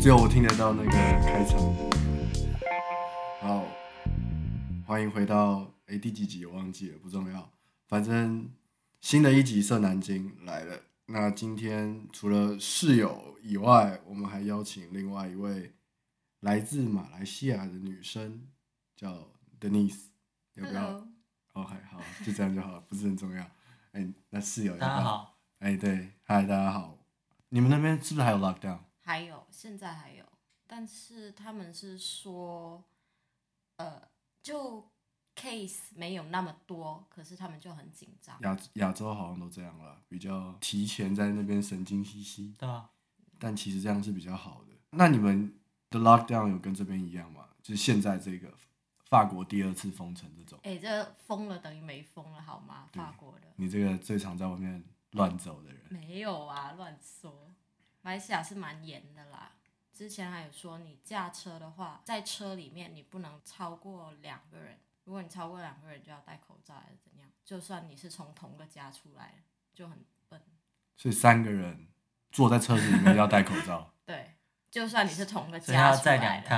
只有我听得到那个开场。好，欢迎回到哎第几集我忘记了，不重要，反正新的一集《色南京》来了。那今天除了室友以外，我们还邀请另外一位来自马来西亚的女生，叫 Denise，要不要 Hello， ？OK，好，就这样就好了，不是很重要。哎、那室友要不大家要？好，哎、对，嗨，大家好。你们那边是不是还有 lockdown？ 还有现在还有，但是他们是说，呃，就 case 没有那么多，可是他们就很紧张。亚亚洲好像都这样了，比较提前在那边神经兮兮，对啊，但其实这样是比较好的。那你们的 lockdown 有跟这边一样吗？就是现在这个法国第二次封城这种，哎，这封了等于没封了好吗？对法国的你这个最常在外面乱走的人，没有啊，乱说。马来西亚是蛮严的啦，之前还有说你驾车的话，在车里面你不能超过两个人，如果你超过两个人就要戴口罩还是怎样，就算你是从同个家出来的，就很笨。所以三个人坐在车子里面要戴口罩，对，就算你是同个所以家他要出再来两的，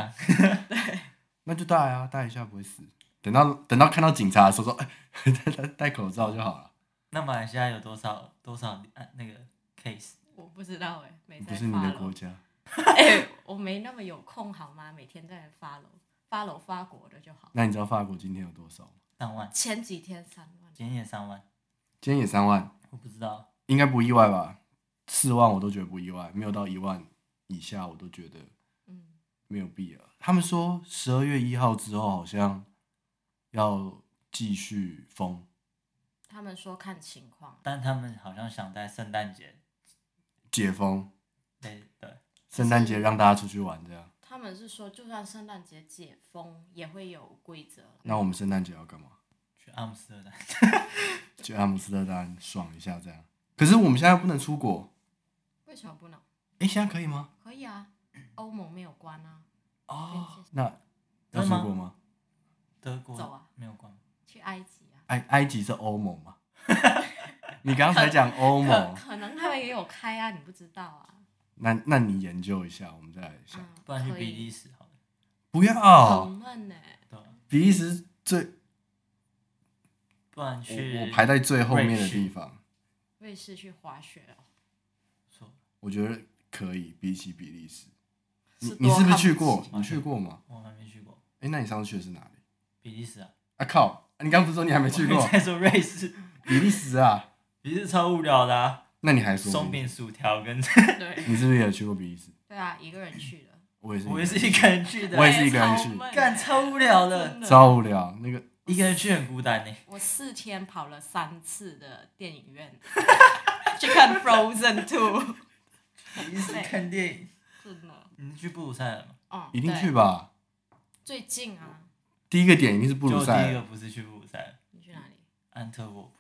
趟， 那就戴啊，戴一下不会死。等到等到看到警察的时候说，哎、 戴戴戴口罩就好了。那马来西亚有多少多少呃那个 case？我不知道哎、没在不是你的 follow 国家，哎、我没那么有空好吗？每天在发楼发楼发国的就好。那你知道法国今天有多少吗？三万，前几天三万，今天也三万，今天也三万，我不知道，应该不意外吧？四万我都觉得不意外，没有到一万以下我都觉得嗯，没有必要。他们说十二月一号之后好像要继续封，他们说看情况，但他们好像想在圣诞节，解封，对对，圣诞节让大家出去玩这样。他们是说就算圣诞节解封也会有规则了。那我们圣诞节要干嘛？去阿姆斯特丹，去阿姆斯特丹爽一下这样。可是我们现在不能出国，为什么不能？诶，现在可以吗？可以啊，欧盟没有关啊，哦，那要真的出吗国吗？德国走啊没有关，去埃及啊。埃埃及是欧盟吗？ 你刚才讲欧可 盟，可能他们也有开啊，你不知道啊。那那你研究一下，我们再来想。嗯，不然去可比以，利时好了，不要，很闷欸呢、对啊，比利时最不然我去我排在最后面的瑞士地方，瑞士去滑雪哦。说我觉得可以，比起比利时，你多你是不是看去起过？起你去过吗？我还没去过哎、那你上次去的是哪里？比利时啊，啊靠！你刚不是说你还没去 我过还在说瑞士，比利时啊？比利时超无聊的啊，那你还说松饼薯条跟，对你是不是也去过比利时？对啊，一个人去的。我也是，我也是一个，人去的我，也是一个人超去闷干超无聊的，真的超无聊。那个一个人去很孤单呢，我四天跑了三次的电影院， 去看 Frozen Two，比利时看电影，真的，你去布鲁塞尔吗？嗯，一定对去。吧。最近啊，第一个点一定是布就鲁我塞第一尔，个不是去布鲁塞尔，你去哪里安特沃普，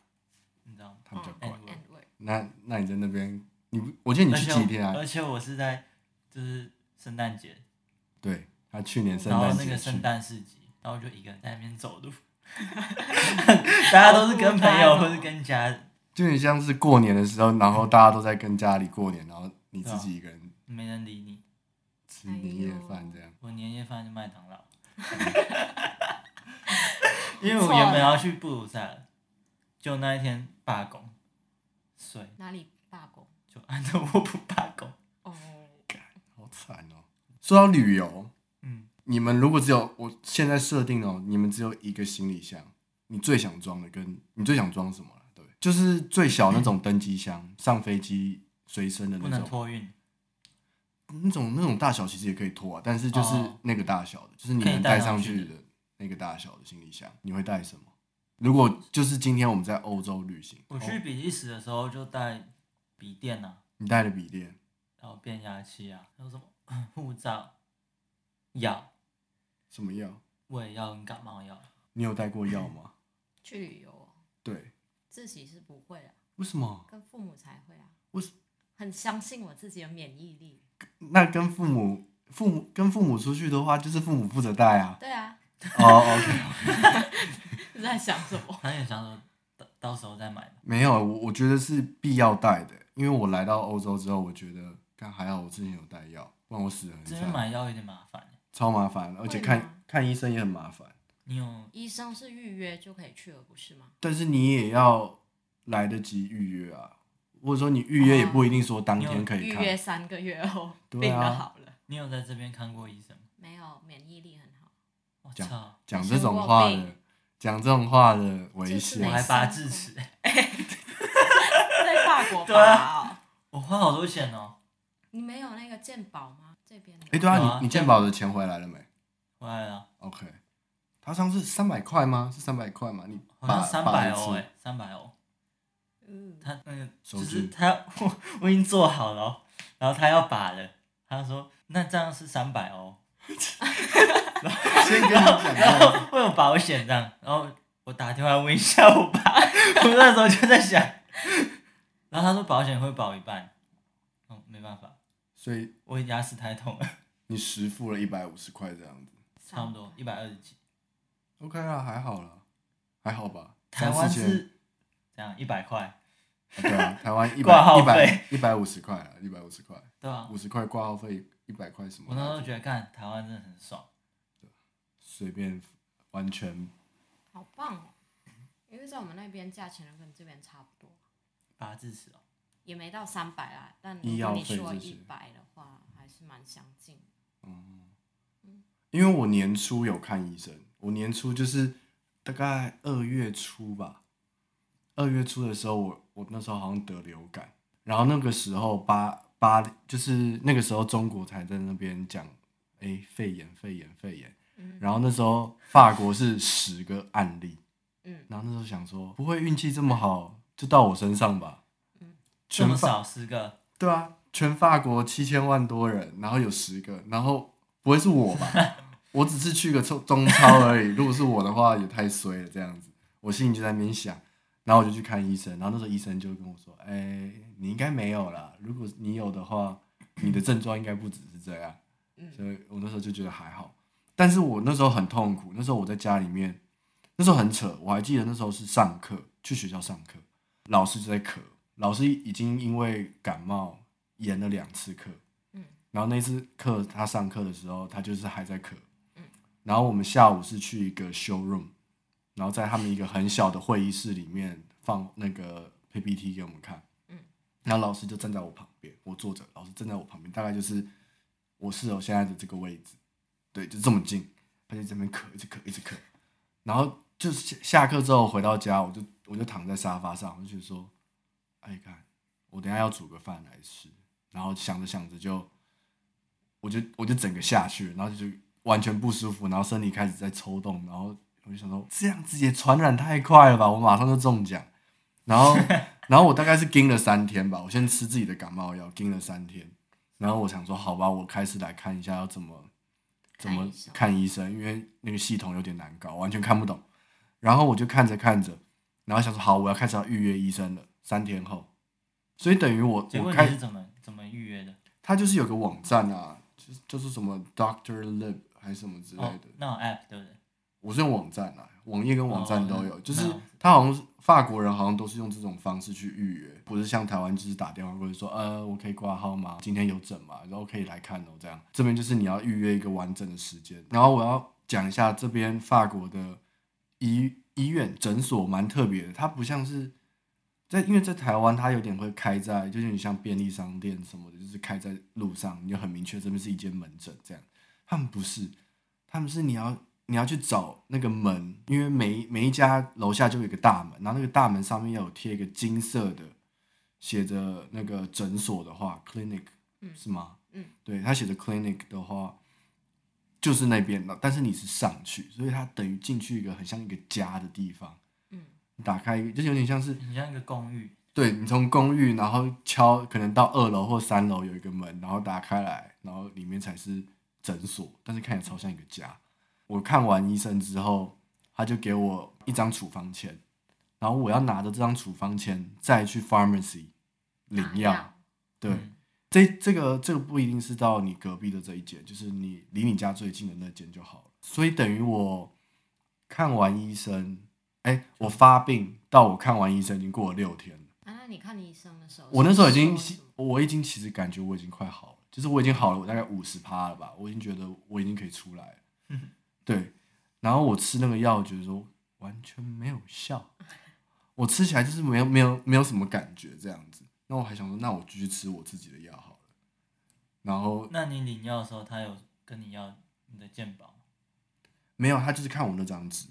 你知道吗？他们比较怪。安特沃普。 ？And where？那那你在那边，你不我记得你而去且几天我啊？而且我是在就是圣诞节，对，他去年圣然后诞那节个去圣，诞市集，然后我就一个人在那边走路， 大家都是跟朋好友孤单哦或是跟家人，就有点像是过年的时候，然后大家都在跟家里过年，然后你对自啊己一个人没人理你。吃年夜饭这样。我年夜饭是麦当劳， 因为我原本要去布鲁塞尔，就那一天罢工，所以哪里罢工？就安特沃普罢工。哦，好惨哦！说到旅游，嗯，你们如果只有我现在设定哦，你们只有一个行李箱，你最想装的跟你最想装什么了？对，就是最小那种登机箱，上飞机随身的不那能种，托运，那种那种大小其实也可以拖啊，但是就是哦那个大小的，就是你可以能带带上上去去的那个大小的行李箱，你会带什么？如果就是今天我们在欧洲旅行，我哦去比利时的时候就带笔电啊，你带了笔电，然后变压器啊，还有什么护照、药，什么药？胃药跟感冒药，你有带过药吗？去旅游、哦，对，自己是不会啊，为什么？跟父母才会啊。为什很相信我自己的免疫力。那跟父母、父母跟父母出去的话，就是父母负责带 啊。对啊，哦、o k 你在想什么？他也想说到到时候再买吧。没有，我我觉得是必要带的，因为我来到欧洲之后，我觉得但还好我之前有带药，不然我死得很这边惨，买药有点麻烦。欸超麻烦，而且会吗看看医生也很麻烦。你有 医生是预约就可以去了，不是吗？但是你也要来得及预约啊，或者说你预约也不一定说当天可以哦预看。约三个月后，病对啊就好了。你有在这边看过医生吗？没有，免疫力很好。我讲操，讲这种话我生的过病，讲这种话的啊危这险是。我还拔智齿， 在法国对啊吧？我花好多钱哦。你没有那个健保吗？这边的哎、对有啊，啊你你健保的钱回来了没回来了， ？OK，他上次三百块吗？是三百块吗？你好把像三百欧次哎，三百欧。嗯，他那个手只指 是他我我已经做好了哦，然后他要拔了，他说那这样是三百欧，先跟你讲一下，会有保险这样，然后我打电话问一下我爸， 我那时候就在想，然后他说保险会保一半，嗯，没办法，所以我牙齿太痛了，你实付了一百五十块这样子差不多一百二十几， ，OK 啊，还好啦，还好吧，台三湾四千，是这样一百块，啊对 啊，台湾一挂百号一百费一百五十块啊，一百五十块，对吧、五十块挂号费，一百块什么我的？那时候觉得干台湾真的很爽，随便，完全好棒哦！因为在我们那边价钱都跟这边差不多，拔智齿哦，也没到三百啦。但如医药果你费说这些一百的话，还是蛮相近的。因为我年初有看医生，我年初就是大概二月初吧，二月初的时候我，我那时候好像得流感，然后那个时候八八就是那个时候中国才在那边讲，哎、肺炎肺炎肺炎，然后那时候法国是十个案例，嗯，然后那时候想说不会运气这么好就到我身上吧，这全么法少十个，对啊，全法国七千万多人，然后有十个，然后不会是我吧？我只是去个中中超而已。如果是我的话，也太衰了这样子。我心里就在那边想，然后我就去看医生，然后那时候医生就跟我说：“哎、你应该没有啦，如果你有的话，你的症状应该不只是这样。”所以我那时候就觉得还好，但是我那时候很痛苦。那时候我在家里面，那时候很扯，我还记得那时候是上课，去学校上课，老师就在咳，老师已经因为感冒延了两次课，嗯，然后那次课他上课的时候，他就是还在咳，嗯然后我们下午是去一个 show room，然后在他们一个很小的会议室里面放那个 PPT 给我们看，嗯，然后老师就站在我旁边，我坐着，老师站在我旁边，大概就是我室友现在的这个位置，对，就这么近，他就在那边咳，一直咳，一直咳，然后就是下课之后回到家，我就我就躺在沙发上，我就觉得说，哎，看我等一下要煮个饭来吃，然后想着想着就，我就我就整个下去了，然后就完全不舒服，然后身体开始在抽动，然后我就想说这样子也传染太快了吧，我马上就中奖，然后然后我大概是盯了三天吧，我先吃自己的感冒药，盯了三天，然后我想说好吧，我开始来看一下要怎么怎么看医生看医生，因为那个系统有点难搞，完全看不懂，然后我就看着看着，然后想说好，我要开始要预约医生了，三天后。所以等于我结我果开你是怎么怎么预约的？它就是有个网站啊，就是就是什么 Doctor Lib 还是什么之类的，哦，那种 app 对不对？我是用网站啊，网页跟网站都有，哦就是那他好像是法国人好像都是用这种方式去预约，不是像台湾就是打电话过去说，呃，我可以挂号吗？今天有诊吗？然后可以来看哦，这样。这边就是你要预约一个完整的时间，然后我要讲一下这边法国的医医院诊所蛮特别的，它不像是。在因为在台湾，它有点会开在，就是你像便利商店什么的，就是开在路上，你就很明确这边是一间门诊这样。他们不是，他们是你要你要去找那个门，因为每每一家楼下就有一个大门，然后那个大门上面要有贴一个金色的，写着那个诊所的话，clinic，、是吗？嗯，对，他写着 clinic 的话，就是那边的，但是你是上去，所以它等于进去一个很像一个家的地方。嗯，打开一个就是有点像是你像一个公寓，对你从公寓，然后敲，可能到二楼或三楼有一个门，然后打开来，然后里面才是诊所，但是看起来超像一个家。我看完医生之后，他就给我一张处方签，然后我要拿着这张处方签再去 pharmacy 领打药。药对，嗯这这个这个不一定是到你隔壁的这一间，就是你离你家最近的那间就好了。所以等于我看完医生，哎，我发病到我看完医生已经过了六天了。啊，那你看你医生的时候，我那时候已经是其，我已经其实感觉我已经快好了，就是我已经好了，我大概五十趴了吧，我已经觉得我已经可以出来了。 对，然后我吃那个药，觉得说完全没有效，我吃起来就是没有没有没有什么感觉这样子。那我还想说，那我继续吃我自己的药好了。然后那你领药的时候，他有跟你要你的健保吗？没有，他就是看我那张纸，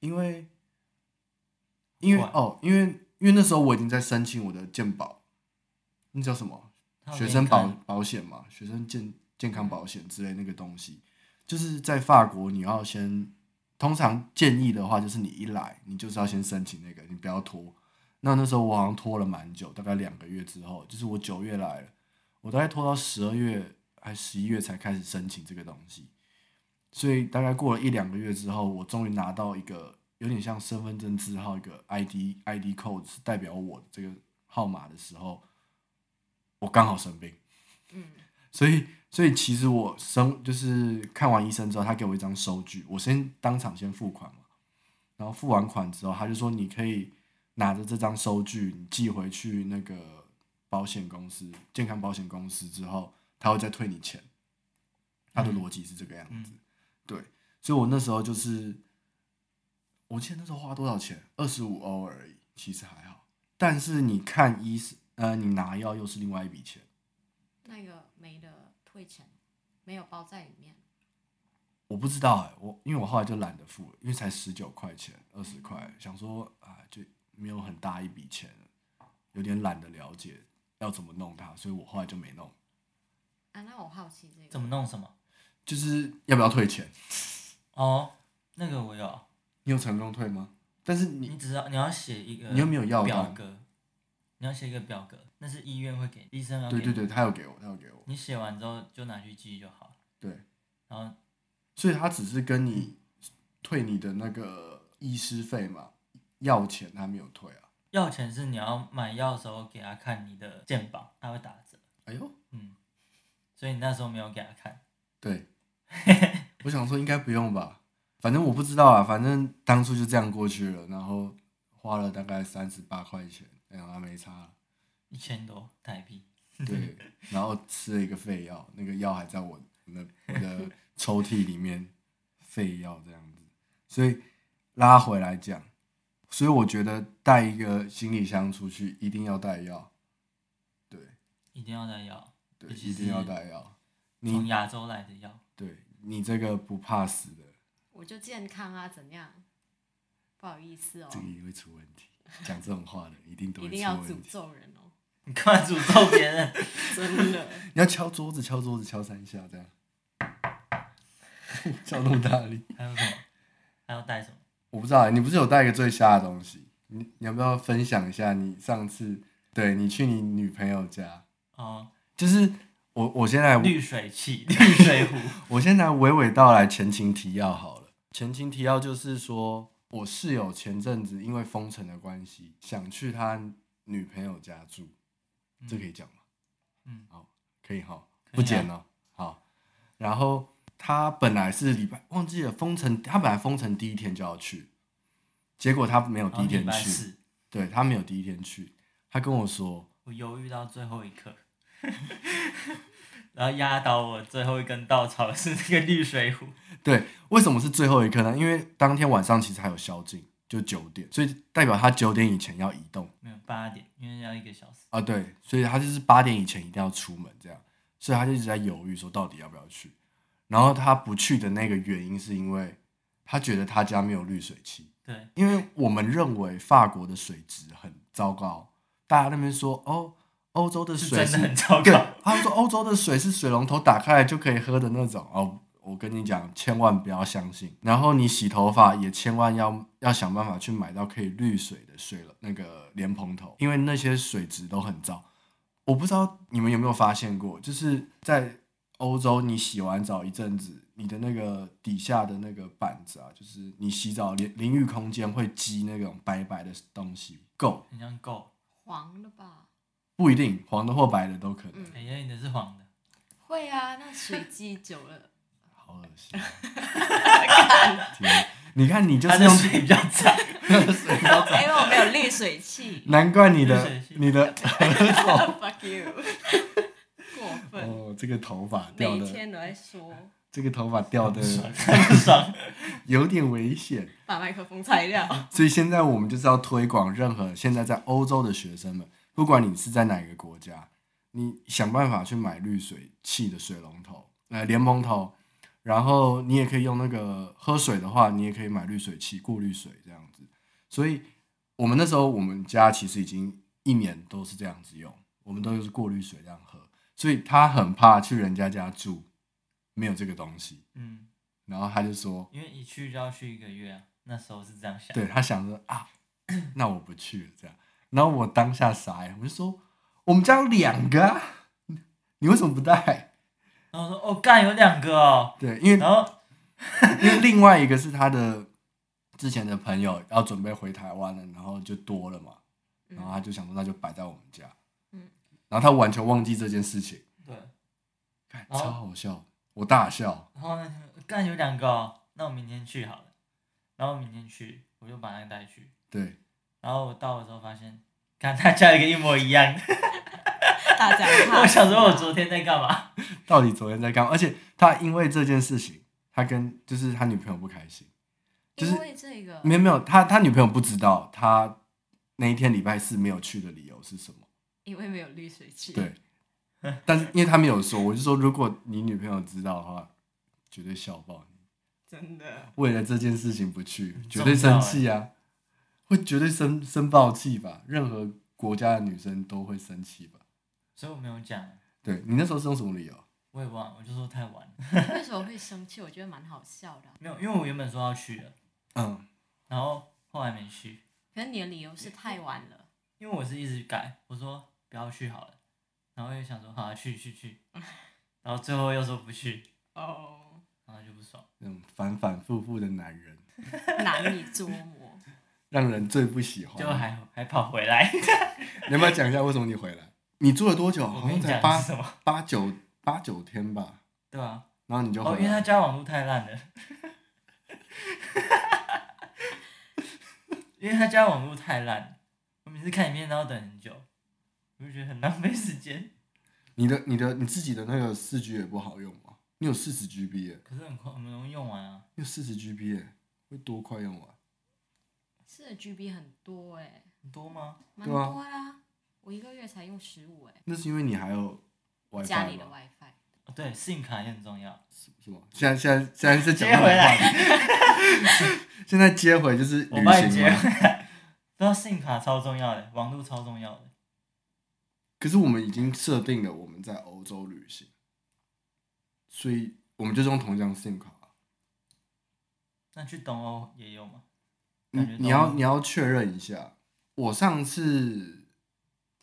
因为因为怪哦，因为因为那时候我已经在申请我的健保，那叫什么？他有学给你生保看保险嘛，学生健健康保险之类那个东西，就是在法国你要先，通常建议的话就是你一来你就是要先申请那个，你不要拖。那那时候我好像拖了蛮久，大概两个月之后，就是我九月来了，我大概拖到十二月还十一月才开始申请这个东西，所以大概过了一两个月之后，我终于拿到一个有点像身份证字号一个 ID ID code 是代表我这个号码的时候，我刚好生病，嗯，所以所以其实我生就是看完医生之后，他给我一张收据，我先当场先付款嘛，然后付完款之后，他就说你可以拿着这张收据，你寄回去那个保险公司、健康保险公司之后，他会再退你钱。他的逻辑是这个样子，对，所以我那时候就是，我记得那时候花多少钱，二十五欧而已，其实还好。但是你看医生，呃，你拿药又是另外一笔钱。那个没得退钱，没有包在里面。我不知道哎、我因为我后来就懒得付了，因为才十九块钱、二十块，想说啊，就没有很大一笔钱，有点懒得了解要怎么弄它，所以我后来就没弄。啊，那我好奇这个，怎么弄什么？就是要不要退钱？哦，那个我有，你有成功退吗？但是你你只要你要写一个，你有没有药表单？格？你要写一个表格，那是医院会给医生要给对你。对对，他有给我，他有给我。你写完之后就拿去寄就好了。对，然后所以他只是跟你退你的那个医师费嘛，药钱他没有退啊。药钱是你要买药的时候给他看你的健保，他会打折，哎呦，嗯，所以你那时候没有给他看。对，我想说应该不用吧，反正我不知道啊，反正当初就这样过去了，然后花了大概三十八块钱，然后没差了，一千多台币， 对，然后吃了一个废药，那个药还在我的我的抽屉里面，废药这样子，所以拉回来讲，所以我觉得带一个行李箱出去一定要带药，对一定要带药，对，尤其一定要是带药，你从亚洲来的药， 对你这个不怕死的。我就健康啊，怎样？不好意思哦这，个也会出问题。讲这种话的一定都一会定出要问题诅。咒人哦，你干嘛诅咒别人？ 真的。 你要敲桌子，敲桌子，敲三下这样，敲那么大力。还有什么？还要带什么？我不知道、欸你不是有带一个最瞎的东西？你你要不要分享一下你上次对你去你女朋友家？哦，就是我我先来滤水器、滤水壶。我先来娓娓道来前情提要好了。前情提要就是说，我室友前阵子因为封城的关系，想去他女朋友家住，这可以讲吗？嗯，好，可以哈，可以啊不剪了。好，然后他本来是礼拜忘记了封城，他本来封城第一天就要去，结果他没有然第后一哦礼天拜去，四，对他没有第一天去，他跟我说，我犹豫到最后一刻， 然后压倒我最后一根稻草是那个滤水壶。对，为什么是最后一刻呢？因为当天晚上其实还有宵禁，就九点，所以代表他九点以前要移动没有八点，因为要一个小时。啊。对，所以他就是八点以前一定要出门，这样，所以他就一直在犹豫说到底要不要去。然后他不去的那个原因是因为他觉得他家没有滤水器，对，因为我们认为法国的水质很糟糕，大家那边说哦，欧洲的是水真的很是，糟 对糕。，他们说欧洲的水是水龙头打开来就可以喝的那种哦。我跟你讲，千万不要相信。然后你洗头发也千万要要想办法去买到可以滤水的水了那个莲蓬头，因为那些水质都很糟。我不知道你们有没有发现过，就是在欧洲，你洗完澡一阵子，你的那个底下的那个板子啊，就是你洗澡淋淋浴空间会积那种白白的东西，够很像狗，黄的吧？不一定黄的或白的都可能，嗯哎、呀，你的是黄的， 会啊，那水积久了，好恶心啊。天啊，你看你就它是的用水比较脏，水哎因为我没有沥水器 难怪你的水系你的 ，fuck you，过分，哦，这个头发每掉一的，天都在说，这个头发掉的爽 很爽。有点危险，把麦克风拆掉。所以现在我们就是要推广任何现在在欧洲的学生们，不管你是在哪个国家，你想办法去买滤水器的水龙头，呃，莲蓬头，然后你也可以用那个喝水的话，你也可以买滤水器过滤水这样子。所以我们那时候我们家其实已经一年都是这样子用，我们都是过滤水这样喝，所以他很怕去人家家住没有这个东西，嗯，然后他就说因为一去就要去一个月啊，那时候是这样想。对他想着啊， 那我不去了这样。然后我当下傻眼，我就说我们家有两个、啊，你为什么不带？然后我说哦，干有两个哦，对，因为然后因为另外一个是他的之前的朋友要准备回台湾了，然后就多了嘛，然后他就想说那就摆在我们家，嗯然后他完全忘记这件事情，对，看哦超好笑，我大笑，然后那天干有两个哦，那我明天去好了。然后明天去，我就把那个带去。对，然后我到的时候发现，看他家有一个一模一样的。大家怕死啊 我想说，我昨天在干嘛？到底昨天在干嘛？而且他因为这件事情，他跟就是他女朋友不开心。就是因为这个没有没有，他他女朋友不知道他那一天礼拜四没有去的理由是什么。因为没有滤水器，对，但是因为他没有说，我就说如果你女朋友知道的话，绝对笑爆你。真的为了这件事情不去，嗯绝对生气啊， 会绝对生生爆气吧？任何国家的女生都会生气吧？所以我没有讲，对你那时候是用什么理由？我也忘了，我就说太晚了。为什么会生气？我觉得蛮好笑的啊。没有，因为我原本说要去的，嗯，然后后来没去，可是你的理由是太晚了，因为我是一直改，我说不要去好了，然后又想说好、啊、去去去，然后最后又说不去，哦，然后就不爽。那种反反复复的男人，难以捉摸。 让人最不喜欢。最后还还跑回来，你要不要讲一下为什么你回来？ 你住了多久？我好跟像你才讲八是什么？八九八九天吧。对啊，然后你就哦，回因为他来。家网络太烂了， 因为他家网络太烂，我每次看影片都要等很久，我就觉得很浪费时间。你的你的你自己的那个四 G 也不好用吗？你有四十 GB 耶，可是很快，很容易用完啊。你有四十 GB 耶，会多快用完？四的 GB 很多哎、很多吗？蛮多啦、我一个月才用十五哎，那是因为你还有家 WiFi 里的吗？ WiFi。哦对，SIM 卡也很 重要。是吗？现在现在现在是讲接回来来，现在接回就是我旅帮你行接嘛。回来。对啊，SIM 卡超重要的，网络超重要的。可是我们已经设定了我们在欧洲旅行，所以我们就是用同一张 SIM 卡啊。那去东欧也有吗？你感觉到嗯你要你要确认一下，我上次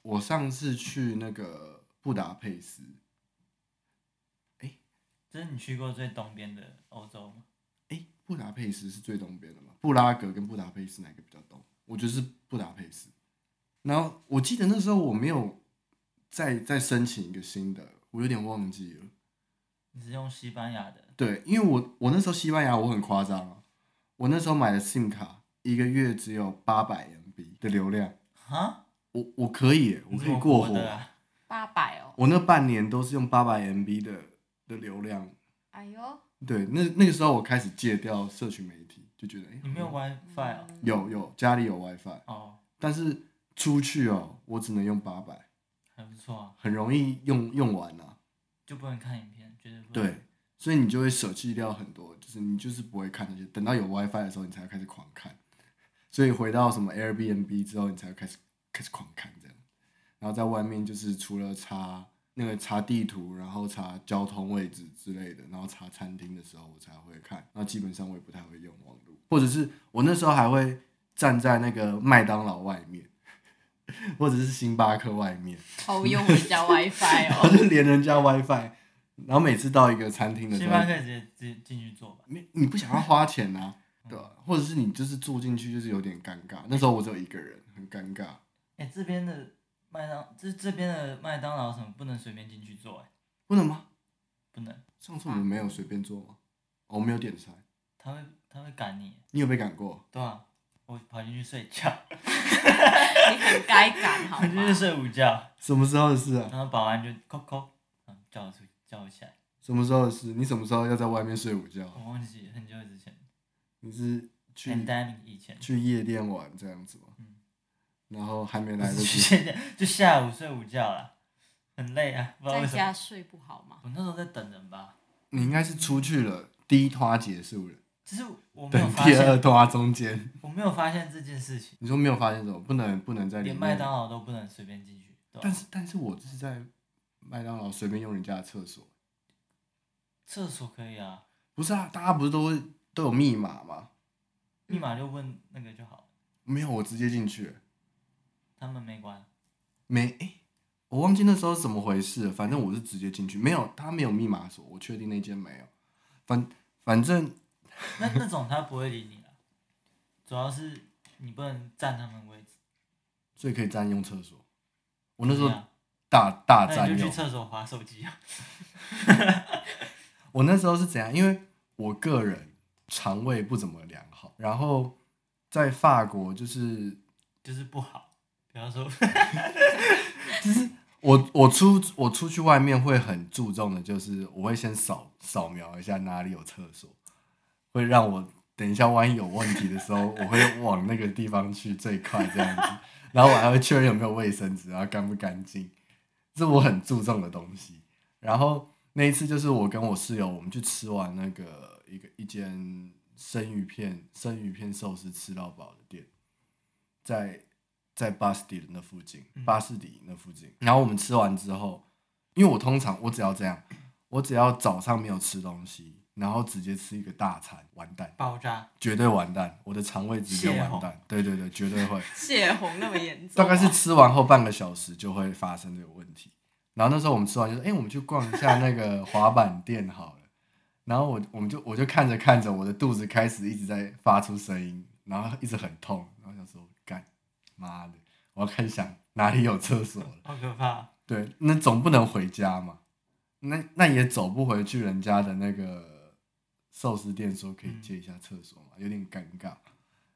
我上次去那个布达佩斯，这是你去过最东边的欧洲吗？哎，布达佩斯是最东边的嘛？布拉格跟布达佩斯哪个比较东？我觉得是布达佩斯。然后我记得那时候我没有再再申请一个新的，我有点忘记了。你是用西班牙的，对，因为我我那时候西班牙我很夸张啊，我那时候买的 SIM 卡一个月只有八百 MB 的流量，哈？我我可以耶，我你可怎以么过活的火。啊？八百哦，我那半年都是用八百 MB 的的流量。哎呦，对，那那个时候我开始戒掉社群媒体，就觉得哎，你没有 WiFi 哦？嗯有有家里有 WiFi，哦，但是出去哦，我只能用八百，还不错啊，很容易用用完啊。就不能看影片，绝对不能。对，所以你就会舍弃掉很多，就是你就是不会看那些，等到有 WiFi 的时候，你才会开始狂看。所以回到什么 Airbnb 之后，你才会开始开始狂看这样。然后在外面就是除了查那个查地图，然后查交通位置之类的，然后查餐厅的时候我才会看。然后基本上我也不太会用网络，或者是我那时候还会站在那个麦当劳外面，或者是星巴克外面。偷用人家 WiFi 然后哦，就连人家 WiFi，然后每次到一个餐厅的时星候巴，克直接直接进去做吧。你你不想要花钱啊，对吧？或者是你就是住进去就是有点尴尬，那时候我只有一个人，很尴尬。哎、这边的麦当这这边的麦当劳什么不能随便进去做、哎，不能吗？不能，哦上次我们没有随便做吗？我没有点餐，他会他会赶你，你有被赶过？对啊，我跑进去睡 觉，你很该赶好跑 进去吗？睡午觉，什么时候的事啊？然后保安就扣扣，嗯，叫我出去，叫我起来，什么时候的事？你什么时候要在外面睡午觉？我忘记很久之前你是去，pandemic 以前，去夜店玩这样子吗？嗯然后还没不来是得 去及，现在就下午睡午觉啦，很累啊，不知道在为什么，家睡不好吗？我那时候在等人吧，你应该是出去了，第一拖结束了，就是我没有等发第二现，拖中间，我没有发现这件事情，你说没有发现什么？不能不能在里连面。麦当劳都不能随便进去，对吧但？是但是我就是在麦当劳随便用人家的厕所，厕所可以啊，不是啊？大家不是都会都有密码吗？立马就问那个就好了，没有，我直接进去了，他们没关，没、诶我忘记那时候是怎么回事了，反正我是直接进去，没有他没有密码锁，我确定那间没有，反反正那那种他不会理你了，啊主要是你不能占他们位置，所以可以占用厕所。我那时候对啊大大那占你就用去，厕所划手机啊。我那时候是怎样？因为我个人肠胃不怎么良好，然后在法国就是就是不好。比方说，我我出我出去外面会很注重的，就是我会先扫扫描一下哪里有厕所，会让我等一下万一有问题的时候，我会往那个地方去最快这样子，然后我还会确认有没有卫生纸，然后干不干净，这是我很注重的东西。然后那一次就是我跟我室友，我们去吃完那个一个一间生鱼片生鱼片寿司吃到饱的店，在在巴士底那附近，嗯巴士底那附近。然后我们吃完之后，因为我通常我只要这样，我只要早上没有吃东西，然后直接吃一个大餐，完蛋，爆炸，绝对完蛋，我的肠胃直接泄完洪蛋，对对对，绝对会。血红那么严重大啊，概是吃完后半个小时就会发生这个问题。然后那时候我们吃完就说：“哎、我们去逛一下那个滑板店好了。”然后我我们就我就看着看着，我的肚子开始一直在发出声音，然后一直很痛，然后想说：“干妈的，我要开始想哪里有厕所了。好可怕！”对，那总不能回家嘛，那那也走不回去人家的那个寿司店说可以借一下厕所嘛，有点尴尬。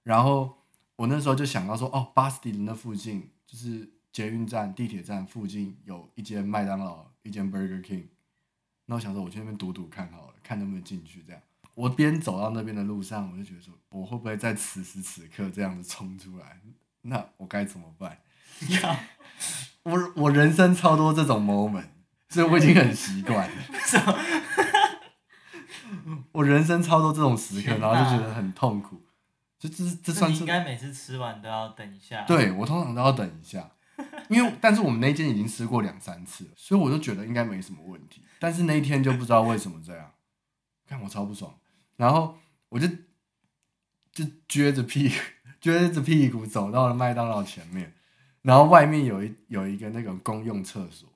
然后我那时候就想到说，哦，巴士底那附近就是捷运站、地铁站附近有一间麦当劳，一间 Burger King。那我想说，我去那边赌赌看好了，看能不能进去。这样，我边走到那边的路上，我就觉得说，我会不会在此时此刻这样子冲出来？那我该怎么办？我我人生超多这种 moment，所以我已经很习惯 了。我人生超多这种时刻，天然哪后就觉得很痛苦。就这这那算你是应该每次吃完都要等一下。，对我通常都要等一下，因为但是我们那间已经吃过两三次了，所以我就觉得应该没什么问题。但是那一天就不知道为什么这样，看我超不爽。然后我就就撅着屁股撅着屁股走到了麦当劳前面，然后外面有一有一个那种公用厕所，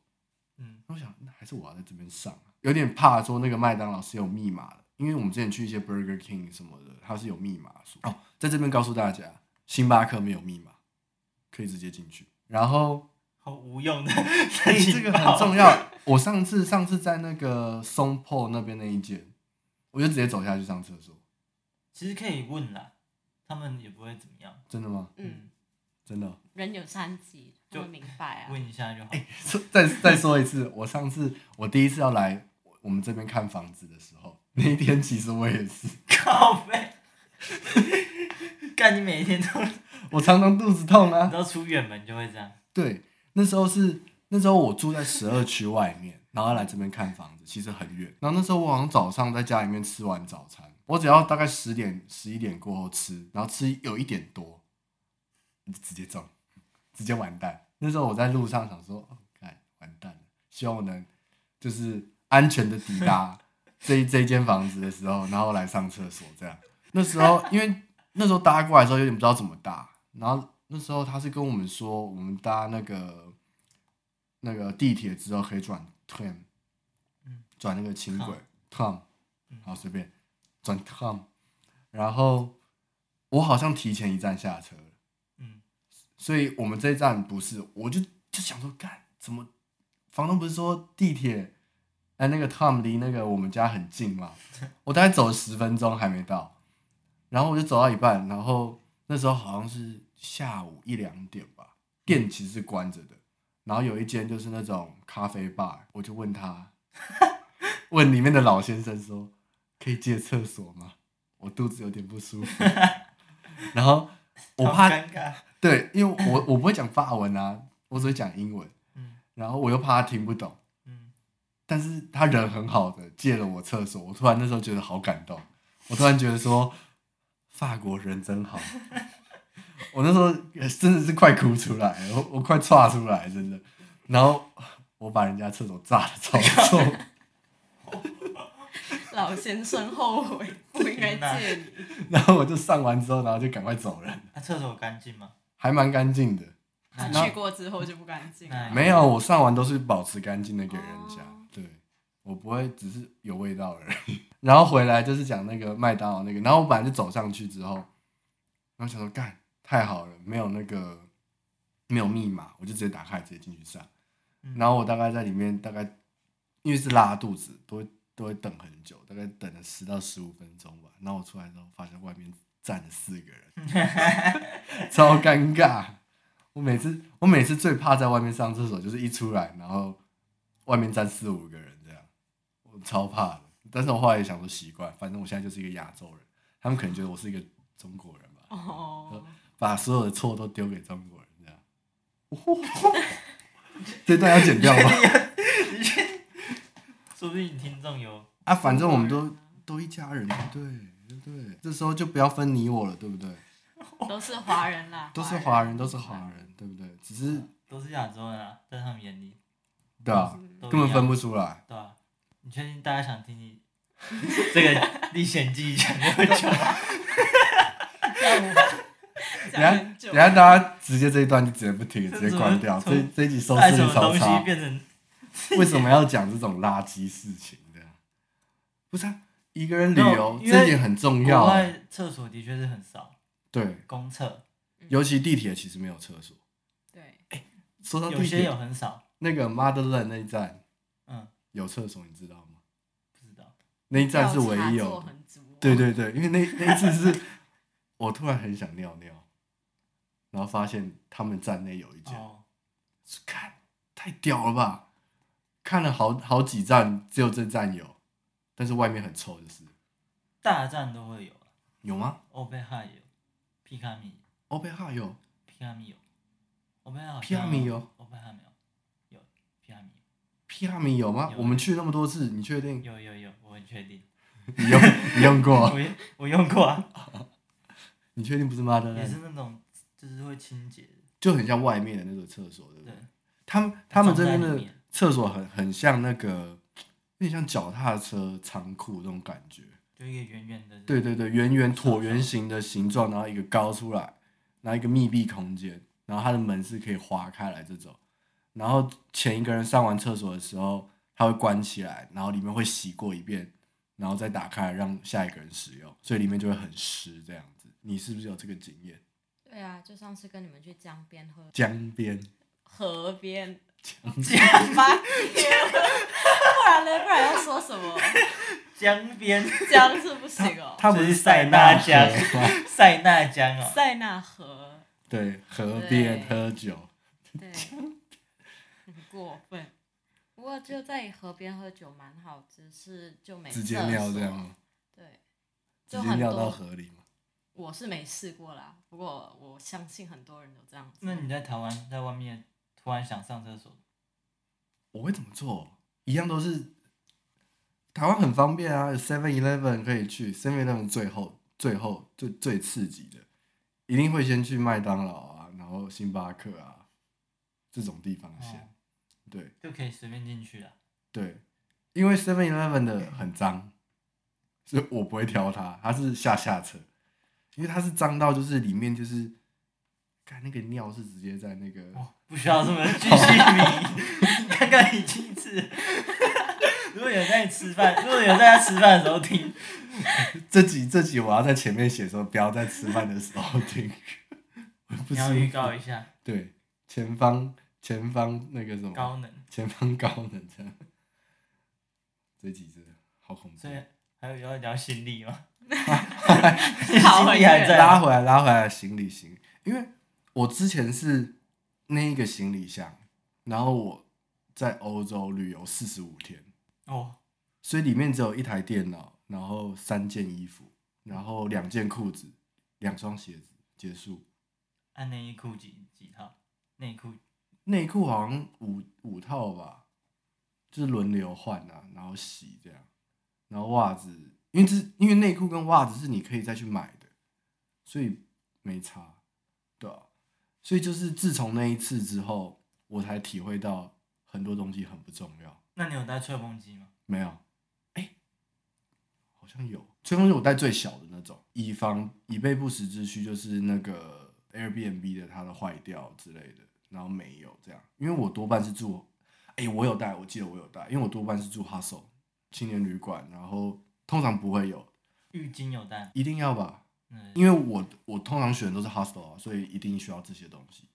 嗯，我想那还是我要在这边上啊，有点怕说那个麦当劳是有密码的，因为我们之前去一些 Burger King 什么的，它是有密码锁。哦，在这边告诉大家，星巴克没有密码，可以直接进去。然后，好 无用的哎、情这个报很重要。我上次上次在那个松坡那边那一间，我就直接走下去上厕所。其实可以问啦，他们也不会怎么样。真的吗？嗯，真的哦。人有三级，他就们明白啊。嗯问一下就好。说再再说一次，我上次我第一次要来我们这边看房子的时候，那一天其实我也是， 靠背，干你每天 都，你我常常肚子痛啊知。道出远门就会这样。对，那时候是那时候我住在十二区外面，然后来这边看房子，其实很远。然后那时候我好像早上在家里面吃完早餐，我只要大概十点十一点过后吃，然后吃有一点多，直接中，直接完蛋。那时候我在路上想说，哦，看完蛋了，希望我能就是安全的抵达这一这一间房子的时候，然后来上厕所这样。那时候因为那时候搭过来的时候有点不知道怎么搭，然后那时候他是跟我们说，我们搭那个那个地铁之后可以转 tram，嗯转那个轻轨 tram，嗯好随便转 tram，然后我好像提前一站下车了。嗯，所以我们这一站不是，我就就想说，干怎么？房东不是说地铁，哎，那个 Tom 离那个我们家很近吗？我大概走了十分钟还没到，然后我就走到一半，然后那时候好像是下午一两点吧，店其实是关着的，然后有一间就是那种咖啡吧，我就问他， 问里面的老先生说，可以借厕所吗？我肚子有点不舒服， 然后我好怕尴尬，对，因为我我不会讲法文啊，我只会讲英文，嗯然后我又怕他听不懂，嗯，但是他人很好的，借了我厕所，我突然那时候觉得好感动，我突然觉得说，法国人真好， 我那时候真的是快哭出来，我我快岔出来，真的，然后我把人家厕所炸的超臭，老先生后悔不应 该借你， 然后我就上完之后，然后就赶快走人，那厕所干净吗？还蛮干净的，他那去过之后就不干净那了。没有，我上完都是保持干净的给人家，哎哦对我不会只是有味道而已。然后回来就是讲那个麦当劳那个，然后我本来就走上去之后，然后想说干太好了，没有那个没有密码，我就直接打开直接进去上。嗯然后我大概在里面大概因为是拉肚子，都会都会等很久，大概等了十到十五分钟吧。然后我出来之后发现外面站了四个人，超尴尬。我每次我每次最怕在外面上厕所，就是一出来，然后外面站四五个人这样，我超怕的。但是我后来也想说习惯，反正我现在就是一个亚洲人，他们可能觉得我是一个中国人吧，哦，把所有的错都丢给中国人这样。 这段要剪掉吗？ 说不定听众有啊，反正我们都都一家人，对对不对？这时候就不要分你我了，对不对？都是华人啦，都是华人，都是华人，对不对？只是都是亚洲人啊，在他们眼里对啊，都一样根本分不出来。对啊。你确定大家想听你这个历险记讲多久？等 下讲很久等下大家直接这一段就直接不听，这直接关 掉，怎么这这一集收带视什率么超东差西。变成为什么要讲这种垃圾事情这样？不是啊，一个人旅没游有因为这一点很重要国啊。外厕所的确是很少，对，公厕尤其地铁其实没有厕所。对，说到有地些有铁，很少，那个 Motherland 那一站嗯，有厕所，你知道吗？不知道。那一站是唯一调查有做的。很足哦对对对，因为那那一次是我突然很想尿尿，然后发现他们站内有一间，哦，看太屌了吧！看了好好几站，只有这站有，但是外面很臭，就是大战都会有啊，有吗？欧贝哈也有，皮卡米欧贝哈有，皮卡米有，欧贝哈皮卡米有，欧贝哈没有，有皮卡米皮哈米有吗？有啊我们去那么多次，你确定？有有有，我很确定，你用你用过？ 我用我用过啊，你确定不是 Mother 也 Land？是那种就是会清洁的，就很像外面的那种厕所，对不对对？，他们他们这边装在的里面厕所很很像那个，有点像脚踏车仓库那种感觉。就一个圆圆的，对，对对，圆圆上椭圆形的形状，然后一个高出来，然后一个密闭空间，然后它的门是可以划开来这种。然后前一个人上完厕所的时候，他会关起来，然后里面会洗过一遍，然后再打开让下一个人使用，所以里面就会很湿这样子。你是不是有这个经验？对啊，就上次跟你们去江边喝江边河边，江吧， 不然呢？不然要说什么？江边江是不行 哦，它不这是是塞纳纳江河吗 塞纳江哦，塞纳河， 对，河边对喝酒，对，很过分。不过就在河边喝酒蛮好，只是就没直接厕尿所这样，吗？对，直就接很尿到多河里吗？我是没试过啦，不过我相信很多人都这样子。那你在台湾在外面突然想上厕所，我会怎么做？一样都是台湾很方便啊，有 Seven Eleven 可以去，Seven Eleven 最后最后最最刺激的，一定会先去麦当劳啊，然后星巴克啊这种地方先。哦对就可以随便进去了。啊对，因为 Seven Eleven 的很脏，所以我不会挑它，它是下下策，因为它是脏到就是里面就是，看那个尿是直接在那个。哦，不需要这么巨细 迷，刚刚已经是。 如果有人在你吃饭，如果有人在他吃饭的时候听，这集这集我要在前面写说，不要在吃饭的时候听， 我不你要舒预服告一下对，前方前方那个什么，高能，前方高能 这样，这集真的好恐怖 所以。还有要聊心理吗？跑心很里还远在拉啊，回来，拉回来行李行李，因为我之前是那一个行李箱，然后我在欧洲旅游四十五天，哦，所以里面只有一台电脑，然后三件衣服，然后两件裤子，两双鞋子，结束。按内衣裤几几套？内裤内裤好像五五套吧，就是轮流换啊，然后洗这样，然后袜子，因为这因为内裤跟袜子是你可以再去买的，所以没差，对啊，所以就是自从那一次之后，我才体会到很多东西很不重要。那你有带吹风机吗？没有，哎、好像有吹风机，我带最小的那种，以防以备不时之需，就是那个 Airbnb 的它的坏掉之类的，然后没有这样，因为我多半是住，哎、我有带，我记得我有带，因为我多半是住 Hustle 青年旅馆，然后通常不会有，浴巾有带吗？一定要吧，嗯，因为我我通常选的都是 Hustle 啊，所以一定需要这些东西，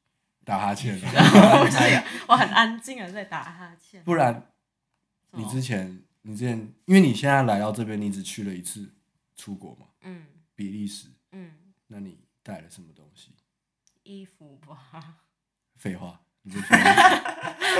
打哈欠 啊， 我是 我很安静的在打哈欠。不然什么你之前你之前，因为你现在来到这边，你只去了一次出国嘛。嗯比利时，嗯，那你带了什么东西？衣服吧，废话，你就说这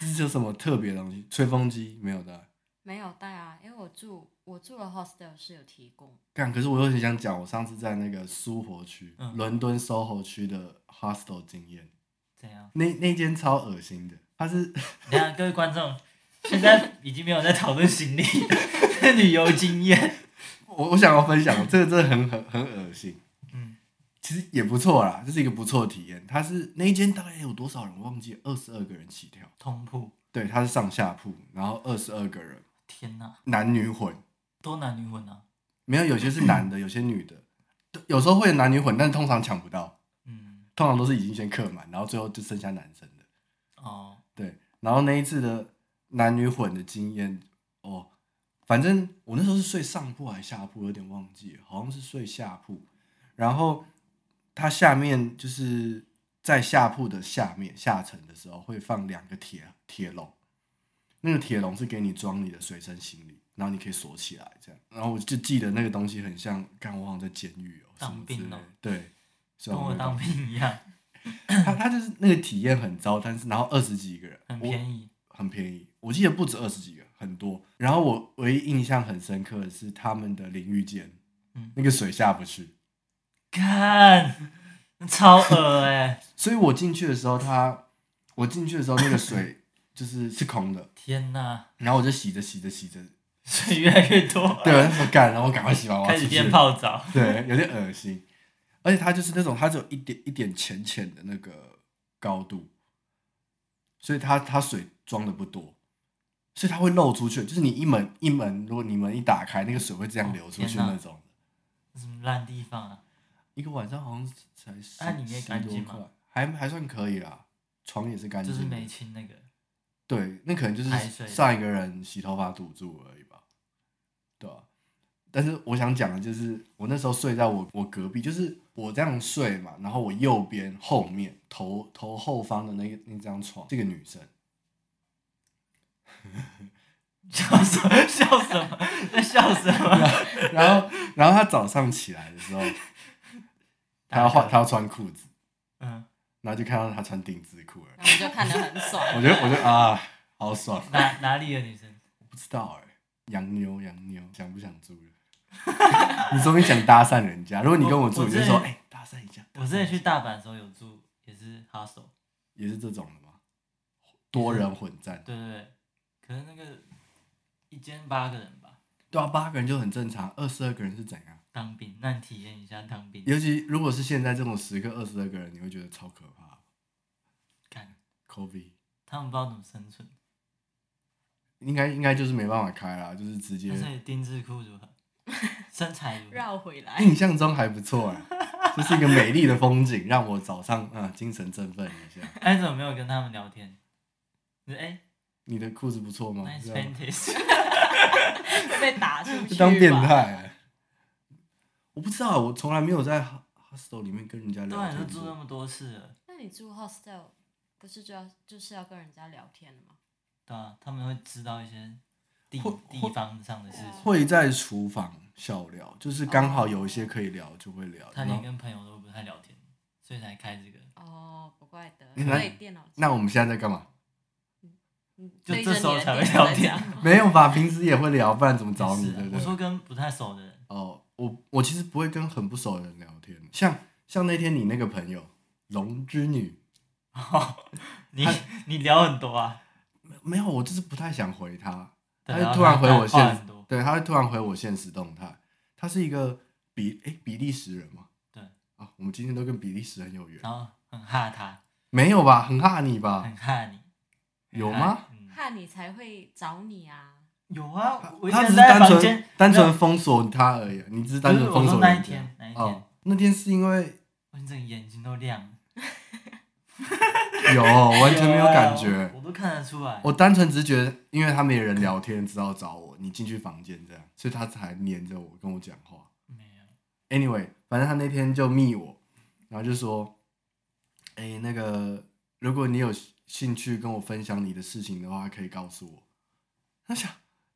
是有什么特别的东西？吹风机没有带， 没有带啊，因为我住我住的 hostel 是有提供，干，可是我又很想讲，我上次在那个苏活区、嗯伦敦 SOHO 区的 hostel 经验， 怎样？那那间超恶心的，它是 等一下各位观众， 现在已经没有在讨论行李 旅游经验，我我想要分享，这个真的很很很恶心。嗯，其实也不错啦，这是一个不错的体验。它是那一间大概有多少人？我忘记二十二个人起跳。通铺，对，它是上下铺，然后二十二个人，天哪，男女混。多男女混啊！没有，有些是男的，有些女的，有时候会有男女混，但通常抢不到，嗯，通常都是已经先客满，然后最后就剩下男生的。哦，对，然后那一次的男女混的经验，哦，反正我那时候是睡上铺还是下铺，有点忘记了，好像是睡下铺。然后它下面就是在下铺的下面下层的时候会放两个铁铁笼，那个铁笼是给你装你的随身行李，然后你可以锁起来这样。然后我就记得那个东西很像，看我好像在监狱哦，什当么之兵类哦的对。虽跟然我没有当兵一样，他他就是那个体验很糟，但是然后二十几个人，很我便宜。很便宜，我记得不止二十几个，很多。然后我唯一印象很深刻的是他们的淋浴间，嗯那个水下不去，看，超恶哎、所以我进去的时候它，我进去的时候那个 水就是是空的，天哪，然后我就洗着洗着洗着，水越来越多， 对，我说干，然后我赶快洗完，我要开出始去变，泡澡。对，有点恶心。而且它就是那种，它只有一点一点浅浅的那个高度，所以它它水装的不多，所以它会漏出去，就是你一门一门，如果你门一打开，那个水会这样流出去天哪那种。什么烂地方啊？一个晚上好像才十那里面十干多净块吗，还还算可以啦，床也是干就净的，是没清那个，对，那可能就是排水上一个人洗头发堵住而已吧，对啊但是我想讲的就是，我那时候睡在我我隔壁，就是我这样睡嘛，然后我右边后面头头后方的那个那张床，这个女生， 笑什么？笑什么？在笑什么？然后然后她早上起来的时候，她要换她要穿裤子， 嗯，然后就看到她穿丁字裤了，然后我就看得很爽。 我觉得我就啊，好爽。哪哪里的女生？不知道哎、洋妞洋妞，想不想住了？ 你终于想搭讪人家，如果你跟我住，我你就说我哎、真搭讪一下。搭讪我一之下前去大阪的时候有住，也是 hostel，也是这种的吗？多人混战，对对对，可是那个一间八个人吧，对啊，八个人就很正常，二十二个人是怎样？当兵，那你体验一下当兵，尤其如果是现在这种时刻，二十二个人，你会觉得超可怕。看 Kobe 他们不知道怎么生存，应该应该就是没办法开啦，就是直接那所以丁字裤如何？身材如何？绕回来，印象中还不错哎、就是一个美丽的风景，让我早上啊、精神振奋一下。哎，你怎么没有跟他们聊天？你说哎你的裤子不错 吗？ ，nice 哦这样 panties，被打出去吧当变态、我不知道，我从来没有在 hostel 里面跟人家对聊啊，你都天住那过。么多次了，那你住 hostel 不是就要就是要跟人家聊天的吗？对啊，他们会知道一些地会地方上的事情，会在厨房笑聊，就是刚好有一些可以聊就会聊。他然连后跟朋友都不太聊天，所以才开这个。哦，不怪得，你看对电脑那我们现在在干嘛？嗯就对这着时候你的才会电脑聊在天讲没有吧？平时也会聊，不然怎么找你？是啊对不我对？说跟不太熟 的人，哦，我我其实不会跟很不熟的人聊天，像像那天你那个朋友龙之女，你你聊很多啊，没有，我就是不太想回她。对他就后突然回我话现很多，对，他会突然回我现实动态。他是一个比诶比利时人嘛？对啊，我们今天都跟比利时很有缘。然后哎很怕他，没有吧？很怕你吧？很怕你，很啊有怕吗你？嗯看你才会找你啊。有啊，我他一只是直在单房间纯，单没纯有封锁他而已，你只是单不是纯封我锁说人那一家天那一天哦，，那天是因为我整个眼睛都亮了，有完全没有啊感我觉，我都看得出来。我单纯只是觉得，因为他没人聊天，只好找我，你进去房间这样，所以他才黏着我跟我讲话。没有， Anyway，反正他那天就密我，然后就说：“哎、那个，如果你有兴趣跟我分享你的事情的话，可以告诉我。”他想，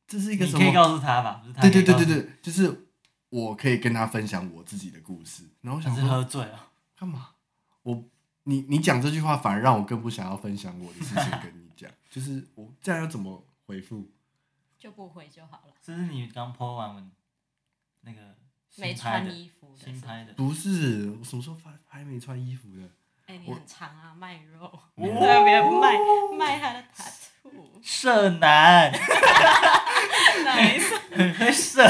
这是一个你什可以么？告诉他吧，不是他对可对以对对告诉对，就是我可以跟他分享我自己的故事。然后我你，想只是说，喝醉了。干嘛？我你你讲这句话，反而让我更不想要分享我的事情跟你讲。 就是我这样要怎么回复？就不回就好了。这是你刚 po 完文那个新没拍穿的衣服的新是吧，拍的，不是，我什么时候拍拍没穿衣服的？哎、你我很长啊，卖肉，哦特别卖卖他的 tattoo，色男没错，很会色，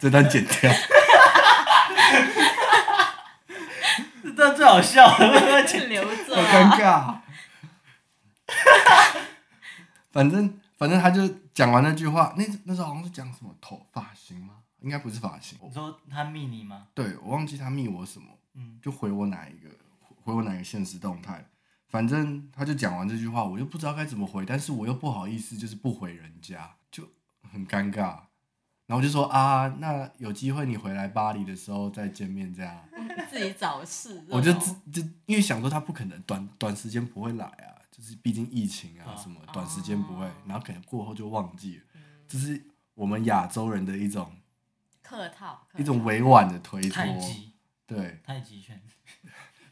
这段剪掉。这段最好笑了。 留着好啊。尴尬。反正反正他就讲完那句话，那那时候好像是讲什么头发型吗？应该不是发型，你说他密你吗？对我忘记他密我什么，嗯，就回我哪一个回我哪个现实动态。反正他就讲完这句话，我就不知道该怎么回，但是我又不好意思，就是不回人家，就很尴尬。然后我就说啊，那有机会你回来巴黎的时候再见面这样。自己找事。我就这自种就因为想说他不可能短短时间不会来啊，就是毕竟疫情啊啊什么，短时间不会哦，然后可能过后就忘记了，嗯这是我们亚洲人的一种客套，客套一种委婉的推脱嗯太，极对，太极拳，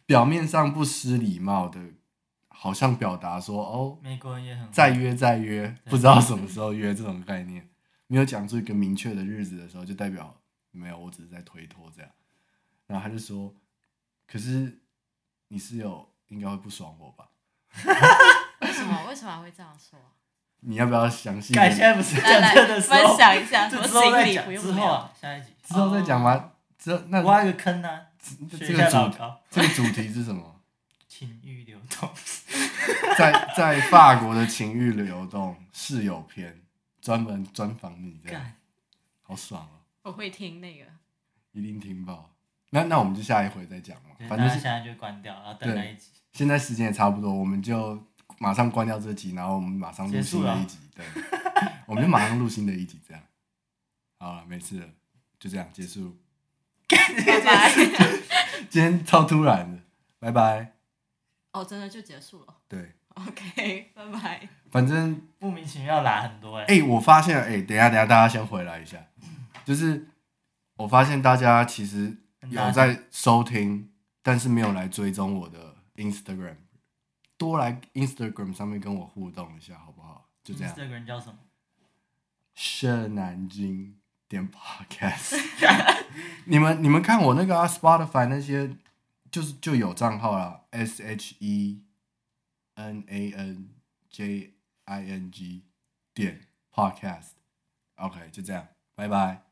表面上不失礼貌的，好像表达说哦美国人也很会再约再约，对不知道什么时候约这种概念，没有讲出一个明确的日子的时候，就代表没有，我只是在推脱这样。然后他就说，可是你室友应该会不爽我吧？为什么为什么会这样说？你要不要详细一干，现点？在不是来讲来这的时候分，享一下，什这么之后行再李不讲，用之后聊。啊，下一集之后再讲吧。之后那挖一个坑呢，这哦学这一个下老主高，这个主题是什么？ 情欲流动，在在法国的情欲流动室友篇，专门专访你这样，干好爽哦，我会听那个，一定听爆。那那我们就下一回再讲嘛就是，反正大家现是在就关掉，然后等对那一集。现在时间也差不多，我们就马上关掉这集，然后我们马上录结束新的了一集， 对，我们就马上录新的一集，这样。好了，没事了，就这样结束。拜拜。今天超突然的，拜拜。哦，真的就结束了。对， OK，拜拜。反正莫名其妙拉很多哎、哎、我发现，哎、等一下，等一下，大家先回来一下，就是我发现大家其实很大有在收听，但是没有来追踪我的 Instagram，多来 Instagram 上面跟我互动一下，好不好？就这样，这个人叫什么？是南京点 Podcast，你们你们看我那个、啊、Spotify 那些，就是就有账号啦，S H E N A N J I N G 点 Podcast，OK，、就这样，拜拜。